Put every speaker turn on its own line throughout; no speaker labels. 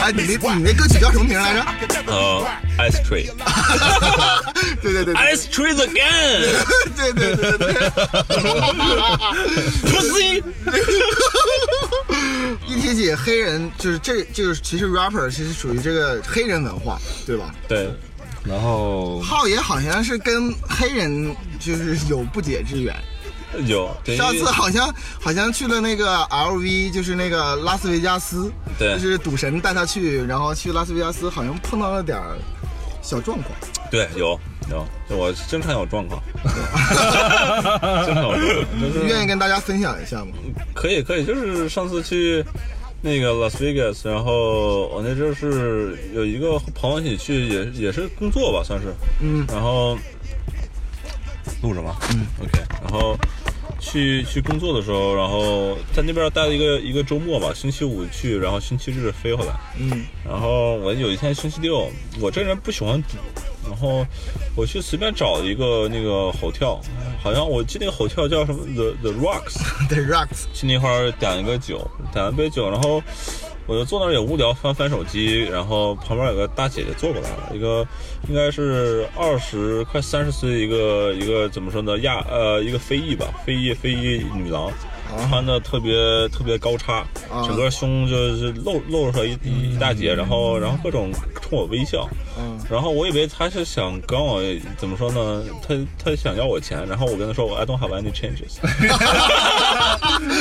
哎你那歌曲叫什么名来着？
呃，Ice Tree，
对对对
Ice Tree Again，
对对对对对 对。
不是，
一提起黑人，就是这就是其实 rapper 其实属于这个黑人文化，对吧？
对，然后
浩爷好像是跟黑人就是有不解之缘。
有
上次好像好像去了那个 LV，就是那个拉斯维加斯，
对
就是赌神带他去，然后去拉斯维加斯好像碰到了点儿小状况。
对有有，就我经常有状 况，经常有状况。
愿意跟大家分享一下吗？
可以可以，就是上次去那个 Las Vegas，然后我那阵儿是有一个朋友一起去，也也是工作吧，算是，
嗯，
然后录着嘛，嗯，OK，然后去去工作的时候，然后在那边待了一个一个周末吧，星期五去，然后星期日飞回来，
嗯，
然后我有一天星期六，我这人不喜欢赌，然后我去随便找一个那个吼跳，好像我记得那个吼跳叫什么 The The Rocks。
The Rocks，
去那块儿点一个酒，点了杯酒，然后我就坐那儿也无聊，翻翻手机，然后旁边有个大姐姐坐过来了，一个应该是二十快三十岁一个一个怎么说呢亚呃一个非裔吧，非裔非裔女郎，穿的特别特别高叉，
啊
整个胸就是露露出来一一一大截，然后然后各种冲我微笑，
嗯，
然后我以为他是想跟我怎么说呢？他他想要我钱，然后我跟他说我 I don't have any changes。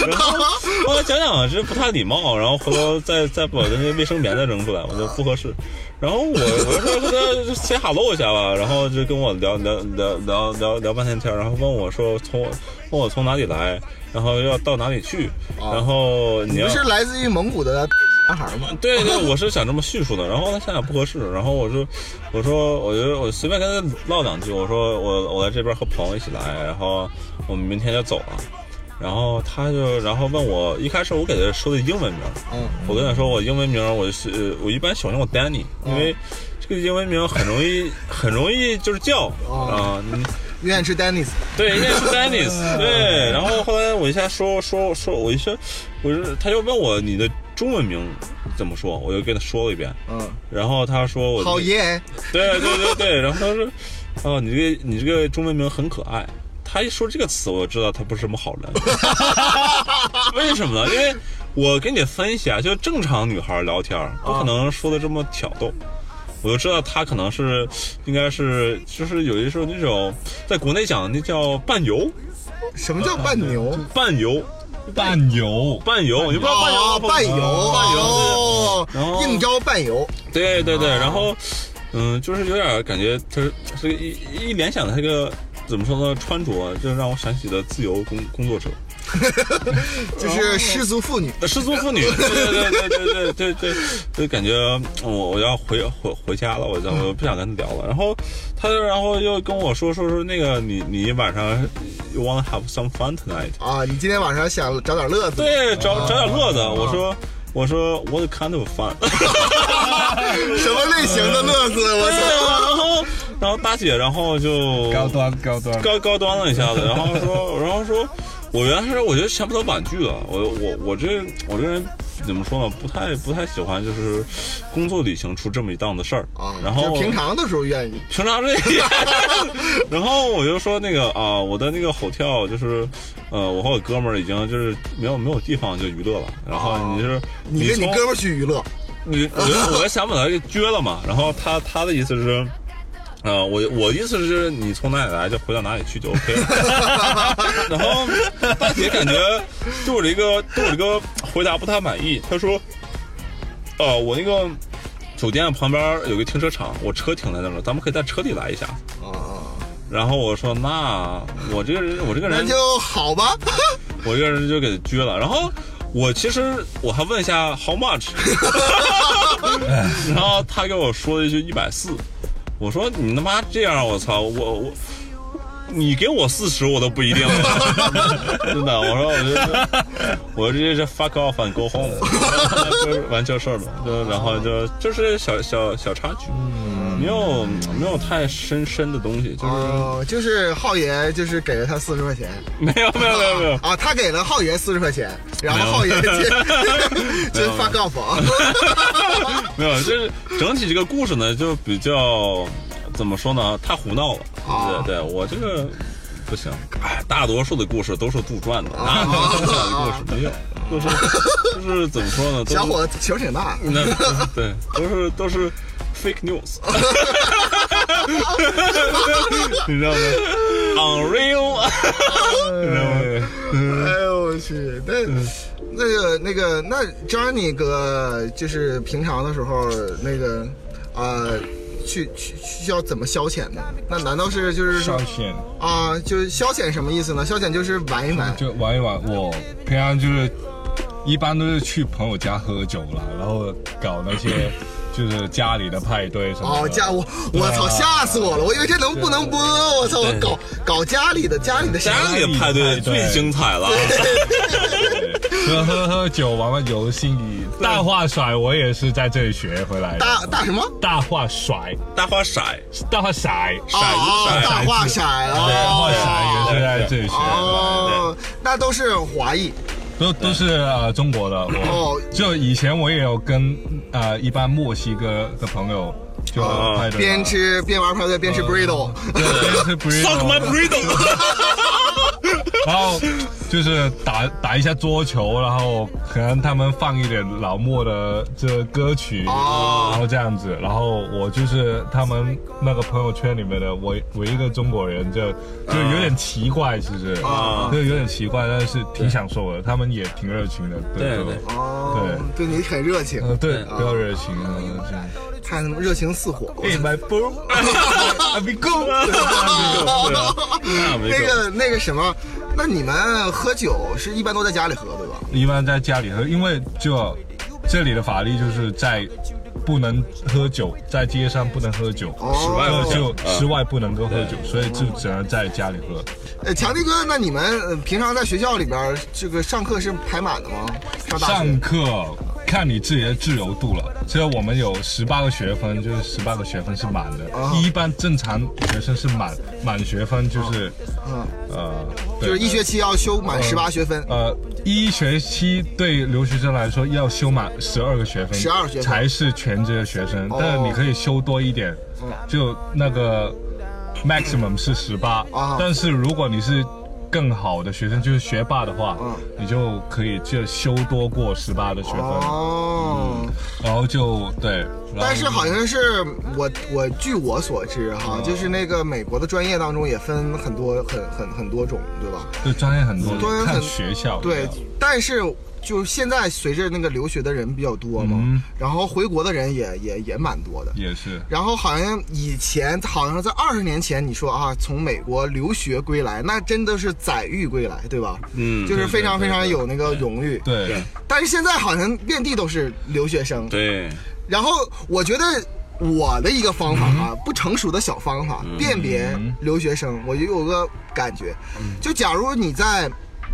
然后 后来想想这不太礼貌，然后回头再再把我的那卫生棉再扔出来，我觉得不合适。然后我我就说跟他 say hello 一下吧，然后就跟我聊聊聊聊聊聊半天天儿，然后问我说从问我从哪里来，然后要到哪里去，然后你
哦你
要
不是来自于蒙古的男孩吗？
对对，我是想这么叙述的，然后他想想不合适，然后我说，我说，我就我随便跟他唠两句，我说我我来这边和朋友一起来，然后我们明天就走了，然后他就然后问我，一开始我给他说的英文名，
嗯，
我跟他说我英文名我是我一般喜欢用 Danny，因为这个英文名很容易很容易就是叫啊、你
愿意吃 Dennis，
对，应该是 Dennis。对，然后后来我一下说说说，我一说，我是他就问我你的中文名怎么说，我就跟他说了一遍。
嗯，
然后他说我
好耶，
对对对对，然后他说，哦，你这个你这个中文名很可爱。他一说这个词，我就知道他不是什么好人。 为什么呢？因为我跟你分析啊，就正常女孩聊天儿不可能说的这么挑逗。我就知道他可能是，应该是就是有一时候那种，在国内讲那叫伴游，
什么叫半
嗯
牛？
伴游，
伴游，
伴游，你不知啊道伴游
哦
吗？
半油，
伴游，
哦
然后
应招半油，
对对对，然后，嗯，就是有点感觉他是，他是一一联想他这个怎么说呢，穿着就让我想起了自由工工作者，
就是失足妇女。
呃失足妇女，对对对对对对对，就感觉嗯我我要回回回家了，我就我不想跟他聊了。然后他就然后又跟我说说说那个你你晚上 you wanna have some fun tonight。
啊，你今天晚上想找点乐子？，
对，找找点乐子。我说，我说，what kind of fun？
什么类型的乐子？我
对
操！
然后，然后大姐，然后就
高端高端，
高高端了一下子，然后说，然后说，我原来是我觉得想不到婉拒了，我我我这我这人怎么说呢？不太不太喜欢就是工作旅行出这么一档子事儿
啊，
然后
就平常的时候愿意。
平常这些，然后我就说那个啊，我的那个吼跳就是，呃，我和我哥们儿已经就是没有没有地方就娱乐了，然后你就是
你跟你
从
哥们儿去娱乐，
你我就我就想把他给撅了嘛。然后他他的意思是，呃，我我意思是你从哪里来就回到哪里去就 OK 了。 然后大姐感觉对我这个对我这个回答不太满意，她说，呃，我那个酒店旁边有个停车场，我车停在那儿了，咱们可以在车里来一下。
啊，
然后我说，那我这个人，我这个
那
人
就好吧。
我一个人就给他撅了。然后我其实我还问一下 how much，然后他给我说了一句一百四，我说你他妈这样，我操，我我。你给我四十，我都不一定，真的。我说，我就是，我直接是 fuck off and go home，就是完这事儿嘛。就然后就就是小小小插曲，没有没有太深深的东西，就是、
哦，就是浩爷就是给了他四十块钱，
没有没有没有没有，
啊，他给了浩爷四十块钱，然后浩爷就 就 fuck off 啊，
没有，就是整体这个故事呢，就比较怎么说呢？太胡闹了。
啊
对对，我这个不行。哎，大多数的故事都是杜撰的，哪有真假的故事？没有，都是就是怎么说呢？都是
小伙子球挺大，
那对，都是都是 fake news，你知道吗？Unreal，
哎呦我去，那那个那个那 Johnny 哥就是平常的时候那个啊、呃去去需要怎么消遣呢？那难道是就是说
上线
啊、就是消遣什么意思呢？消遣就是玩一玩，
就玩一玩。我平常就是一般都是去朋友家喝酒啦，然后搞那些就是家里的派对什么
哦，
的。
家我我操，吓死我了！我以为这能不能播？我操，我搞搞家里的家里的啥？
家里派对最精彩了，
喝喝喝酒，玩玩游戏。大话甩我也是在这里学回来的。
大大什么？
大话甩，
大花骰，
大话甩，
哦哦，大话骰
大话
哦。
甩也是在这里学的。
哦，那都是华裔
都都是呃中国的。
哦
我就以前我也有跟呃一般墨西哥的朋友就
哦
派对嘛，
边吃边玩派对边吃 burrito，
对边吃 burrito
Suck my burrito，
然后就是打打一下桌球，然后可能他们放一点老莫的这歌曲，
哦
然后这样子，然后我就是他们那个朋友圈里面的唯唯一一个中国人就，就有点奇怪，其实
啊
就有点奇怪，但是挺享受的，他们也挺热情的，
对
对
对
哦，对你很热情，
呃对，比较热情啊，
看他们热情似火。
这 my b o
，I be go，
那
那没够，
个那个什么，那你们喝酒是一般都在家里喝对吧？
一般在家里喝，因为就这里的法律就是在不能喝酒，在街上不能喝酒，
哦室外不行
就
嗯
室外不能够喝酒，所以就只能在家里喝。
呃，强弟哥，那你们呃平常在学校里边儿这个上课是排满的吗？上大
上
学
课看你自己的自由度了，所以我们有十八个学分，就是十八个学分是满的，
哦
一般正常学生是满满学分，就是
嗯，
呃，对
就是一学期要修满十八学分。
呃，一学期对留学生来说要修满十二个学分，
12学分
才是全职的学生，
哦
但是你可以修多一点，就那个 maximum 是十八、
啊
但是如果你是更好的学生，就是学霸的话，
嗯
你就可以就修多过十八的学分，
哦，
然后就对，然后
但是好像是我我据我所知哈，就是那个美国的专业当中也分很多很很很多种，对吧？
对专业很多
专业，很
看学校
对，但是就现在随着那个留学的人比较多嘛，
嗯
然后回国的人也也也蛮多的。
也是。
然后好像以前，好像在二十年前，你说啊，从美国留学归来，那真的是载誉归来，对吧？
嗯
就是非常非
对对
常有那个荣誉。
对，
但是现在好像遍地都是留学生。
对，
然后我觉得我的一个方法啊，
嗯
不成熟的小方法，辨别留学生，我就有个感觉，
嗯
就假如你在。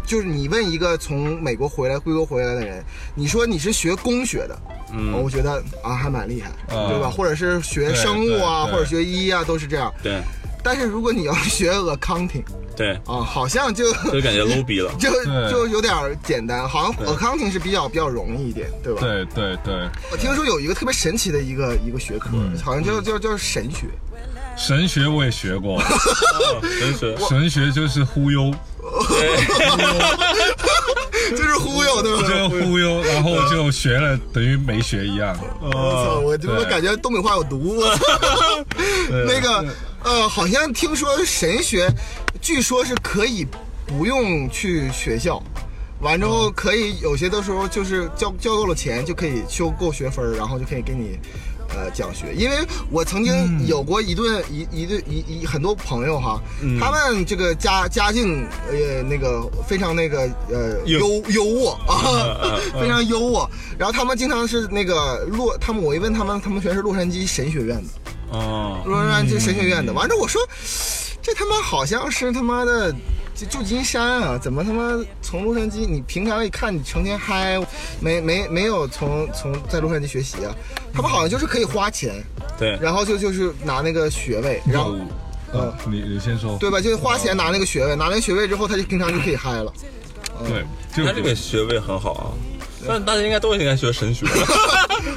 就是你问一个从美国回来、归国回来的人，你说你是学工学的，嗯，我觉得啊还蛮厉害，
啊
对吧？或者是学
对
生物啊，或
对对
者学医啊，都是这样。
对
但是如果你要是学 accounting
对，
啊，好像就，
就感觉 low 逼 了
就
对
就有点儿简单，好像 accounting 是比较比较容易一点，对吧？
对对对，
我听说有一个特别神奇的一个一个学科，好像叫叫叫神学。
神学我也学过，
真是。
神学哦就是忽悠
就是忽悠，对吧？
就忽悠，然后就学了，等于没学一样。
我操， 我他妈
对
感觉东北话有毒。我操 那个呃，好像听说神学，据说是可以不用去学校，完之后可以有些的时候就是交交够了钱就可以修够学分儿，然后就可以给你。呃，讲学，因为我曾经有过一顿、一一顿一一很多朋友哈，他们这个家家境呃那个非常那个呃
有
优优渥啊， 非常优渥。然后他们经常是那个洛，他们我一问他们，他们全是洛杉矶神学院的，
哦，
洛杉矶神学院的。完了，我说这他妈好像是他妈的就旧金山啊，怎么他妈从洛杉矶？你平常一看你成天嗨，没没没有从从在洛杉矶学习啊？他们好像就是可以花钱，
对，
然后就就是拿那个学位，然后呃
嗯，你你先说。
对吧？就是花钱拿那个学位，拿那个学位之后，他就平常就可以嗨了。
对，就
他这个学位很好啊。但大家应该都应该学神 学，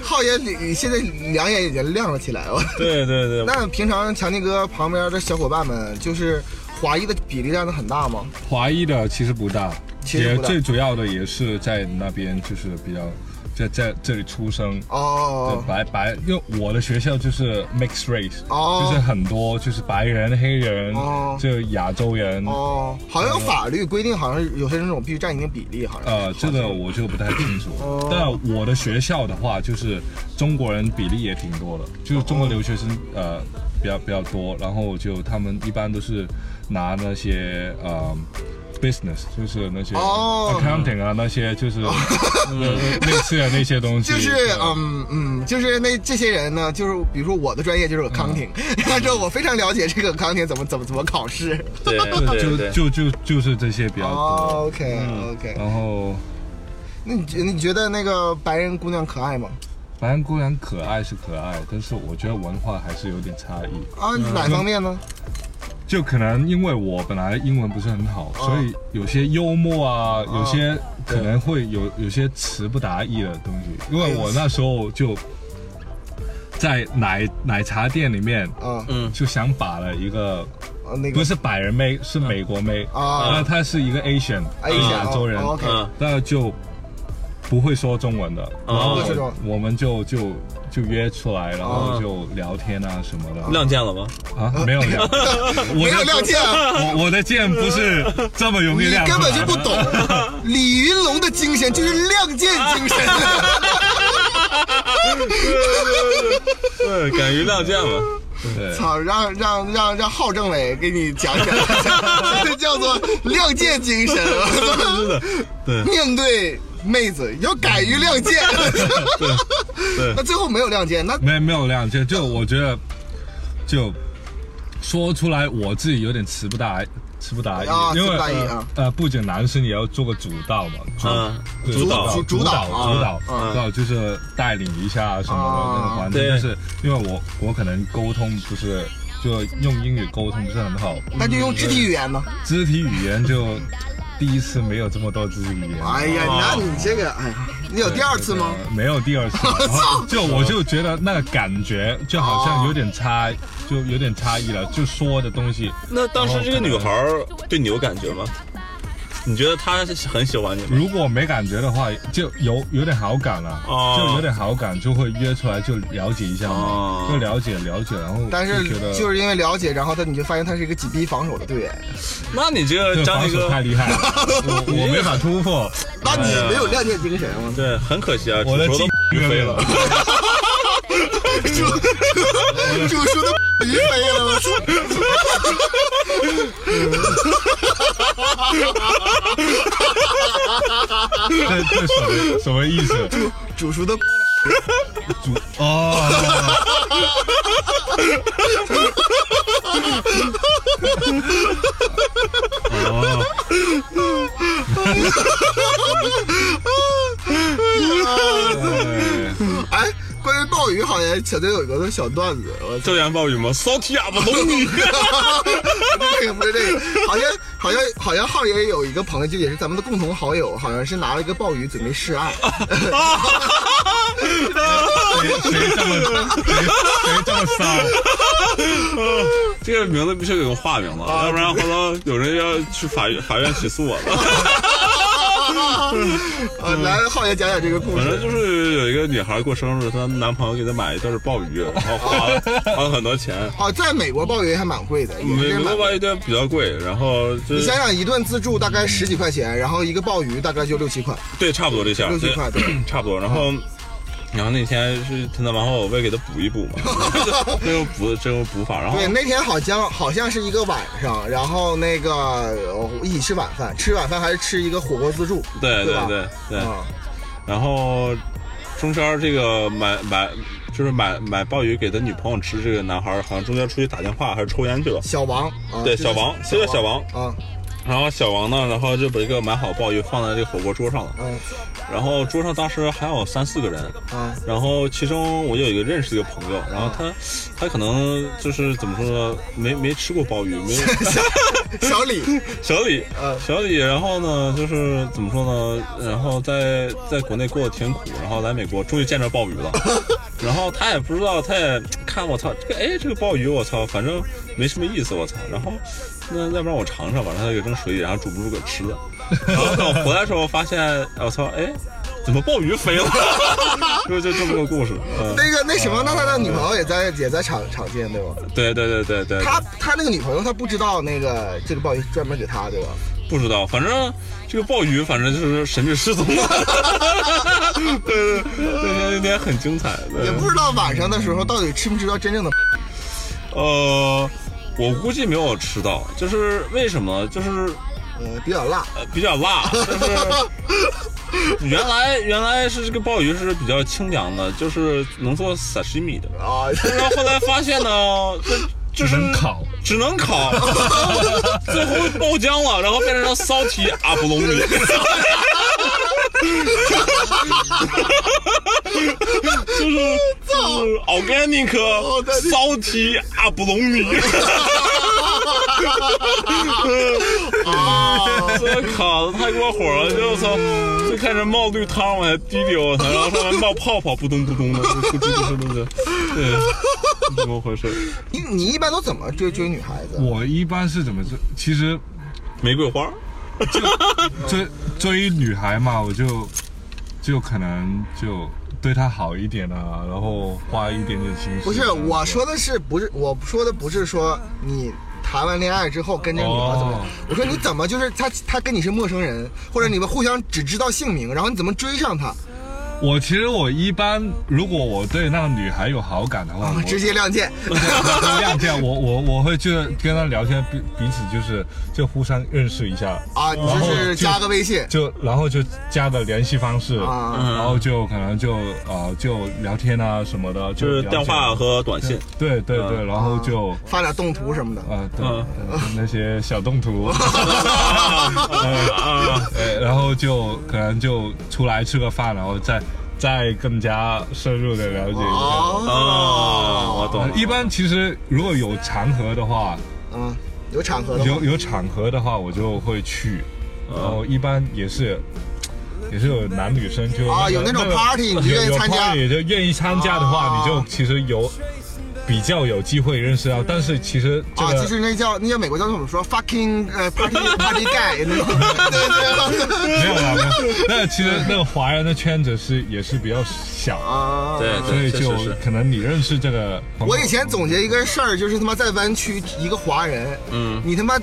浩爷，你现在两眼已经亮了起来了。
对对对，
那平常强尼哥旁边的小伙伴们，就是华裔的比例占的很大吗？
华裔的其实不大，
其实不大
也最主要的也是在那边就是比较在在这里出生。
哦
对，白白，因为我的学校就是 mixed race，、
哦
就是很多就是白人、黑人，
哦
就亚洲人，
哦，好像有法律规定，好像有些人种必须占一定比例，好像。
呃，这个我就不太清楚
哦。
但我的学校的话，就是中国人比例也挺多的，就是中国留学生呃比较比较多，然后就他们一般都是拿那些呃。business 就是那些
哦
accounting 啊，那些就是 呃类似的那些东西，
就是
对
嗯嗯，就是那这些人呢，就是比如说我的专业就是 accounting，然
嗯
后我非常了解这个 accounting 怎么怎么怎么考试。
对对对，
就就就就是这些比 较
哦
多。
，OK OK，
然后
那你觉你觉得那个白人姑娘可爱吗？
白人姑娘可爱是可爱，但是我觉得文化还是有点差异。
啊，哪方面呢？
就可能因为我本来英文不是很好，
嗯
所以有些幽默啊，有些可能会有有些词不达意的东西。因为我那时候就在奶奶茶店里面，
啊，
嗯
就想把了一个
啊那
不
个
是白人妹，是美国妹
啊
然后她是一个 Asian，
哎
呃
呀
亚洲啊人，
哦，OK，
嗯，
那就不会说中文的，然后
不会
说中
我们就就就约出来，然
嗯
后就聊天啊什么的
亮剑了吗？
啊，没有 聊，
没
我
有
的
亮剑啊，
我我的剑不是这么容易
你
亮出来
根本就
的，
不 懂李云龙的精神，就是亮剑精神。
对，敢于亮剑嘛？
对。
操，让让让让浩政委给你讲 讲，这叫做亮剑精神。啊
是的，对
面对妹子要敢于亮剑。
对
那最后没有亮剑，那
没没有亮剑，就我觉得就说出来我自己有点词不达词不达意，
啊
因
词
为
不达意
呃
啊
呃，不仅男生也要做个主导嘛，
嗯
对
主导
主主导
主导主导
啊
主导就是带领一下什么
啊
的那个环境，
对
但是因为我我可能沟通不是就用英语沟通不是很好，
那就用肢体语言吧。
肢体语言就第一次没有这么多肢体语言。
哎呀，
哦
那你这个，哎呀，你有第二次吗？
呃没有第二次，然后就我就觉得那个感觉就好像有点差，就有点差异了，就说的东西。
那当时这个女孩儿对你有感觉吗？你觉得她是很喜欢你吗？
如果没感觉的话，就有有点好感了，
哦
就有点好感，就会约出来就了解一下嘛
哦，
就了解了解，然后
但
就觉
是
得
就是因为了解，然后他你就发现他是一个紧逼防守的队员，
那你这
这
个张
防
力
守
哥，
太厉害了，我我没法突破，
那你
哎
没有亮剑精神吗？
对，很可惜啊，
我的
主
鸡
厨都飞
没 有
了。
主主厨的 鱼飞了，我操！
这这什么什么意思？
主厨的
主哦，哦，对
哎，关于鲍鱼，好像小队有一个小段子， 我
这样暴雨吗？骚提亚巴龙尼，
这个不是这个，好像好像好像浩爷有一个朋友，就也是咱们的共同好友，好像是拿了一个鲍鱼准备示爱，
谁谁这么谁谁这么骚？
这个名字必须得用化名了，要不然后来有人要去法院法院起诉我了。
呃，来浩爷讲讲这个故
反正
事。
就是有一个女孩过生日，她男朋友给她买一对鲍鱼，然后花了花了很多钱。嗯
哦，在美国鲍鱼还蛮贵的，也
美
是
国
蛮
鲍鱼店比较贵，然后就
你想想，一顿自助大概十几块钱，然后一个鲍鱼大概就六七块，
对，差不多这下，
六七块对
差不多。然后，然后那天是她男朋友为给她补一补嘛，这种补这种补法。然后
对，那天好像好像是一个晚上，然后那个呃一起吃晚饭，吃晚饭还是吃一个火锅自助，
对
对
对
吧
对对，
啊，
然后中间这个买买就是买买鲍鱼给他女朋友吃，这个男孩好像中间出去打电话还是抽烟去了。
小王啊，
对
这个
小王这个小王
啊，
然后小王呢，然后就把这个买好鲍鱼放在这个火锅桌上了。
嗯
然后桌上当时还有三四个人，
啊
然后其中我有一个认识的一个朋友，然后他他可能就是怎么说呢，没没吃过鲍鱼，没有
小李，
小李
嗯，
小李，然后呢就是怎么说呢，然后在在国内过得挺苦，然后来美国终于见着鲍鱼 了，然后他也不知道，他也看我操这个哎这个鲍鱼我操，反正没什么意思我操，然后那要不然我尝尝吧，然后他给扔水里，然后煮不住给吃了，然后等我回来的时候发现我操哎。怎么鲍鱼飞了？ 就就这么个故事。嗯，
那个那什么，那他的女朋友也在也在场场见对吧？
对对对对对，
他他那个女朋友他不知道那个这个鲍鱼专门给他对吧？
不知道，反正这个鲍鱼，反正就是神秘失踪了。对 对对，那天很精彩。对
也不知道晚上的时候到底吃没吃到真正的。
呃，我估计没有吃到，就是为什么？就是
呃，比较辣，
呃比较辣，就是 原来原来是这个鲍鱼是比较清凉的，就是能做萨西米的。
啊，
然后后来发现呢，这就是
只能烤，
只能烤， 最后爆浆了，然后变成骚体阿布隆尼。 就是就是 organic
对对
骚体阿布隆尼，这烤的太过火了，就操，就开始冒绿汤往下滴溜，我操，然后上面冒泡泡，咕咚咕咚的，咕咕咕咕咕的，对，怎么回事？
你你一般都怎么追追女孩子？
我一般是怎么追？其实
玫瑰花，
追追女孩嘛，我就就可能就对她好一点啊，然后花一点点心思。
不是，我说的是不是我说的不是说你谈完恋爱之后跟这个女孩怎么样？
哦
我说你怎么就是她她跟你是陌生人，或者你们互相只知道姓名，然后你怎么追上她？
我其实我一般，如果我对那个女孩有好感的话，我
啊直接亮 剑，
亮剑，我我我会就跟她聊天，彼彼此就是就互相认识一下，
啊，你就是加个微信
就然后就加个联系方式，
啊，
嗯
然后就可能就啊就聊天啊什么的，
就是
了解
电话和啊短信。
对对对，然后就。
发点动图什么的。
啊，对，
嗯
对那些小 动图，
啊，
呃然后就可能就出来吃个饭，然后再再更加深入的了解
啊
一
哦，我
哦，
懂
下。
了。
呃一般其实如果有场合的话，
嗯，嗯有场合的话
有有场合的话，我就会去。然后一般也是也是有男女生就
啊有那种 party 你就愿意参加
也就愿意参加的
啊
话，你就其实有比较有机会认识到。但是其实这
啊，
个
其实那叫那叫美国叫怎么说？fucking 呃 party party guy 那种， 对对对，
没有啦，没有那其实那个华人的圈子是也是比较小。
啊，
对
所以
对，是
就是
是，
可能你认识这个朋友，
我以前总结一个事儿，就是他妈在湾区一个华人，
嗯，
你他妈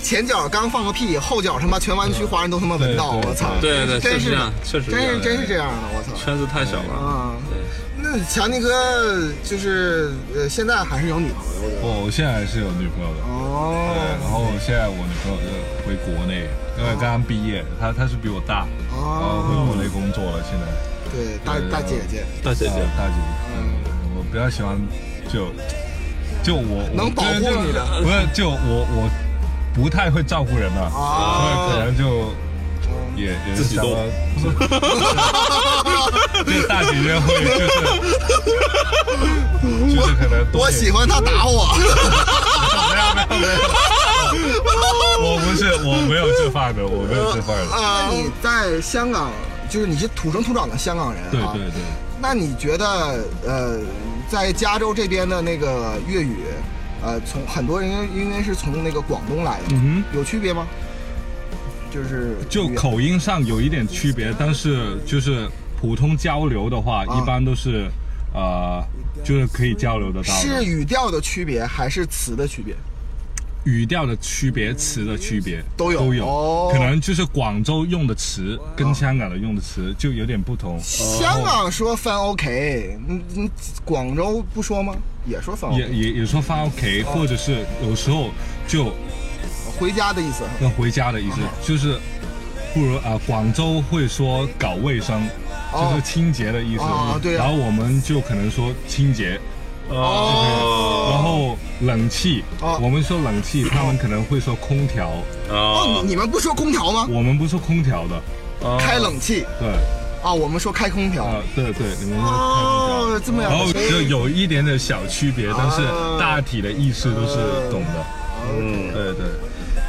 前脚刚放个屁，后脚他妈全湾区华人都他妈闻到，
对对
我操！
对对，
真
是
是
这
的
样，确实
真是真是这
样，
样啊的，我操！
圈子太小了。
啊，
对，
那强尼哥就是呃，现在还是有女朋友的
哦我我现在还是有女朋友的，对，然
哦
后现在我女朋友就回国内，因为刚刚毕业，她她是比我大，然后回国
哦，
内工作了，现在
对，大
对
大姐姐
大姐
啊
呃
姐，
大姐，嗯，我比较喜欢就就我
能
我
保护你的
不是就我我不太会照顾人的，所以
啊，
可能就也也
自己
想
动
要， 就大姐姐会就是就是可能多
我
一点
喜欢他打我，
我不是，我没有这范的，我没有这范的。
那你在香港，就是你是土生土长的香港人啊，
对对对，
那你觉得，呃，在加州这边的那个粤语，呃，从很多人应该是从那个广东来的，
嗯
有区别吗？就是
就
语言
口音上有一点区别，但是就是普通交流的话，
啊
一般都是，呃，就是可以交流得到
是
的。
语调的区别还是词的区别？
语调的区别，词的区别
都有
都
哦
有，可能就是广州用的词跟香港的用的词就有点不同，
香港说翻 OK，嗯嗯，广州不说吗？也说翻
也
OK，
也也说翻 OK，或者是有时候就
回家的意思。
要回家的意
哦
思，就是不如啊、广州会说搞卫生，
哦
就是清洁的意思。
哦对啊
然后我们就可能说清洁，然
哦
后冷气，
哦
我们说冷气，他们可能会说空调，
哦，
啊
你你们不说空调吗？
我们不说空调的，
开冷气
对，
啊，我们说开空调。
啊，对对，你们说开空调。
哦，这么样
然后，
所以
就有一点点小区别，但是
啊
大体的意思都是懂的。
哦
嗯，
对对，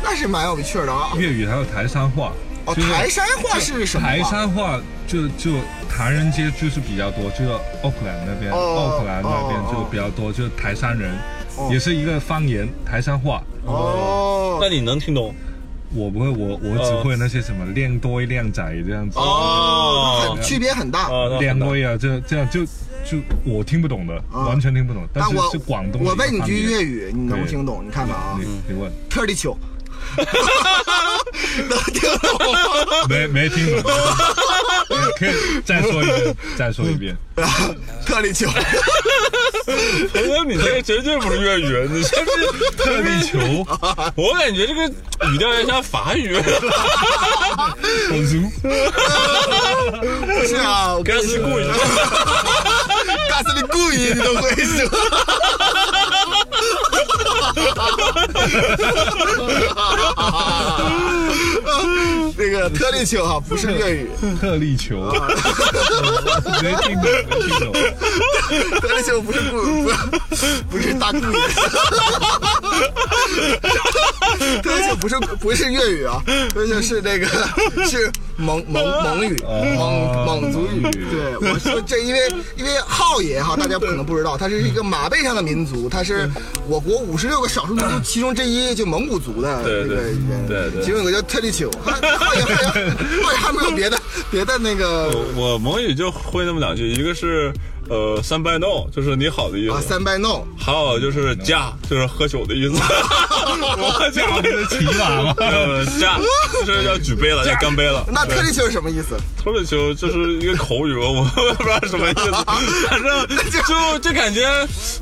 那是蛮有趣的啊。
粤语还有台山话，
哦，
就是
台山话是什么话？
台山话就就唐人街就是比较多，就是奥克兰那边，
哦
奥克兰那边
哦
就比较多，就是台山人
哦，
也是一个方言，台山话。
哦
那，你能听懂？
我不会，我我只会那些什么靓多一靓仔这样子，
哦，
哦
很区别很大。
啊，那
靓
很
多啊，这这样就就我听不懂的，
啊
完全听不懂。但
那
是
我
是广东的
我
一个
问你
方
句
言
粤语，你能
对
听懂？你看看啊，
你你问，
特地球， 能听懂吗？
没没听懂。 可以再说一遍，再说一遍。
特地球，
大我觉哎得你这个绝对不是粤语，你这是
特地 球，
我感觉这个语调有点像法语。
我如
是啊，我
该
跟你
是
说
故意的，
大森的故意你都会说。 那个特立球哈，不是粤语，
特立球，
啊
没听懂，没听懂。
特立球不是故不不是大故意，特立球不是不是粤语啊，特立球是那个是蒙蒙蒙语，蒙蒙族语。对，我说这因为因为浩爷哈，大家可能不知道，他是一个马背上的民族，他是我国五十六个少数民族其中之一，就蒙古族的
对
这个
对
人，
对对
其中有个叫特立丘，还还有还有还有还没有别的别的那个
我我蒙语就会那么两句，一个是呃三拜 no，就是你好的意
啊
思，
三拜 no
还有就是加，就是喝酒的 意思。我
这不
就是
骑马吗？
呃加，就是要举杯了，要干杯了。
那特立丘是什么意思？
脱了球就是一个口语，我 我不知道什么意思，反正就就感觉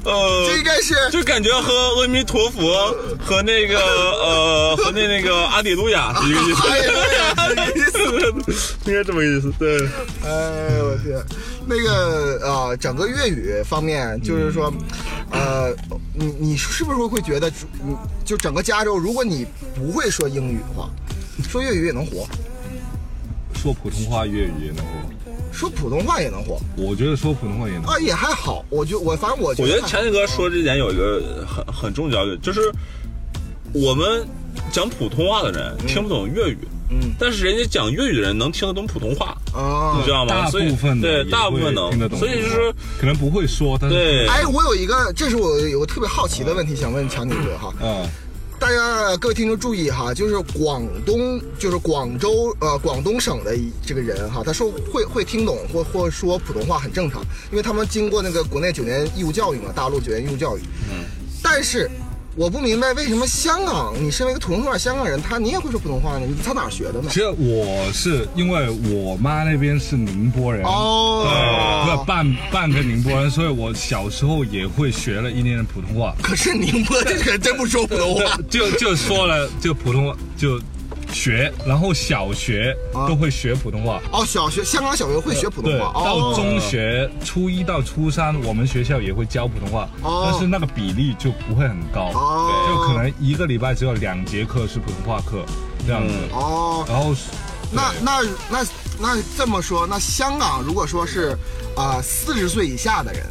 呃
这应该是
就感觉和阿弥陀佛和那个呃和那那个阿底路亚是一个意
哎呀哎呀
思，应该这么个意思，对，
哎，我天，那个啊，整个粤语方面，就是说，呃，你你是不是会觉得，你就整个加州，如果你不会说英语的话，说粤语也能活，
说普通话、粤语也能活，
说普通话也能活
我觉得说普通话也能。
啊，也还好。我就我反正我觉
我觉
得
得强强哥说这点有一个很很重要的，就是我们讲普通话的人听不懂粤语，
嗯，
但是人家讲粤语的人能听得懂普通话，
啊
你知，道吗？
大
所以
部分的
对
也
大部分
会
能
听得懂，
所以就是
可能不会说，但是
对，
哎，我有一个，这是我有个特别好奇的问题想问强姐哥哈，
啊，
大家呃各位听众注意哈，就是广东，就是广州呃广东省的一这个人哈，他说会会听懂或或说普通话很正常，因为他们经过那个国内九年义务教育嘛，大陆九年义务教育。嗯。但是我不明白为什么香港，你身为一个土生土长香港人，他你也会说普通话呢？你在哪儿学的呢
其？实我是因为我妈那边是宁波人。对，
哦
不，半半个宁波人，所以我小时候也会学了一年的普通话，
可是宁波这个人真不说普通话。
就就说了就普通话就学，然后小学
啊
都会学普通话，
哦，小学香港小学会学普通
对，
话。
到
哦，
中学初一到初三，我们学校也会教普通话，
哦
但是那个比例就不会很高，
哦
就可能一个礼拜只有两节课是普通话课这样子，
哦，
然后
那那那那这么说，那香港如果说是啊四十岁以下的人，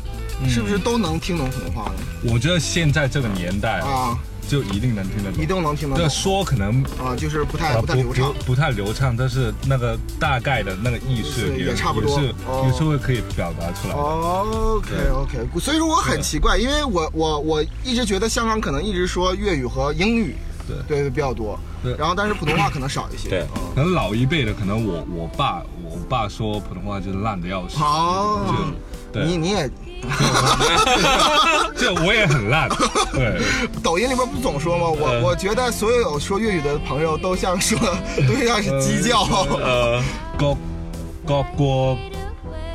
是不是都能听懂普通话呢？
我觉得现在这个年代
啊，
就一定能听得
一
懂，
定能听得懂
这个说可能。
啊，就是不太
呃
不太流畅
不。不太流畅，但是那个大概的那个意思
是
也
也差不多
也是
哦
也是会可以表达出来的。
哦 OK OK，所以说我很奇怪，因为我我我一直觉得香港可能一直说粤语和英语，
对
对比较多
对，
然后但是普通话可能少一些。
对
嗯
可能老一辈的，可能我我爸我爸说普通话就是烂的要死，
好，
对
你你也
这我也 很烂，对，
抖音里边不总说吗？我
嗯
我觉得所有说粤语的朋友都像说都像是鸡叫。
呃，
各各国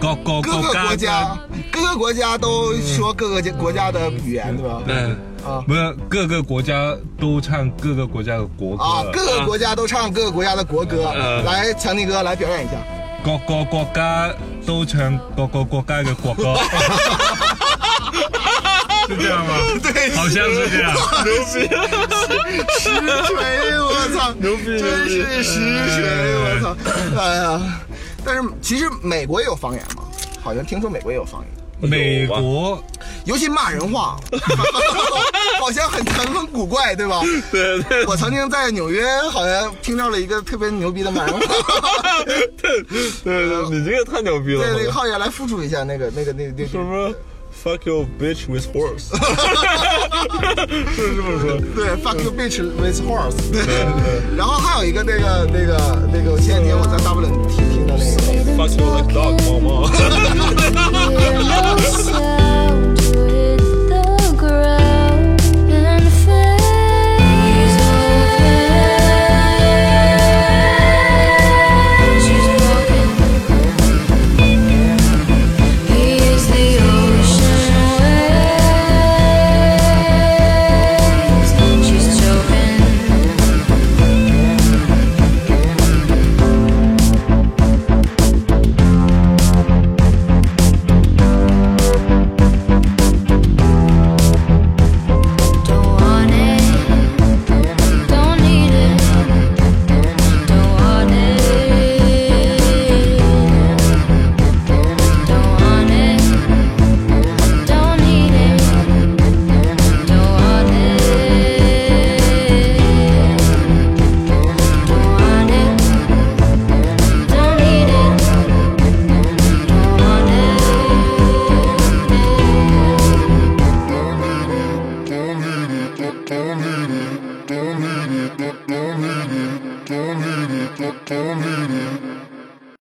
各各
各个国家，各个国家都说各个国家的语言，对吧？
对，
啊
不是各个国家都唱各个国家的国歌，
啊，各个国家都唱各个国家的国歌。
嗯
来，强尼哥来表演一下。
各个国家都唱各个国家嘅国歌，是这样吗？
对，
好像是这样。
实锤，我操，
牛逼牛逼
真是实锤，我操，哎呀，但是其实美国也有方言嘛，好像听说美国也有方言，
美国
尤其骂人话， 好像很很很古怪，对吧？
对对
我曾经在纽约好像听到了一个特别牛逼的骂人话，
对对，你这个太牛逼了
对，那个浩爷来复述一下那个那个那个那
什
个，
么 fuck you bitch with horse，是这么说。
对，fuck you bitch with horse，对， 然后还有一个那个那个那个前两天我在大不冷听听的那个。
Fuck you like dog，猫猫。
She's choking. Don't want it, don't need it, don't want it, don't want it, don't need it, don't want it, don't want it, don't need it, don't want it.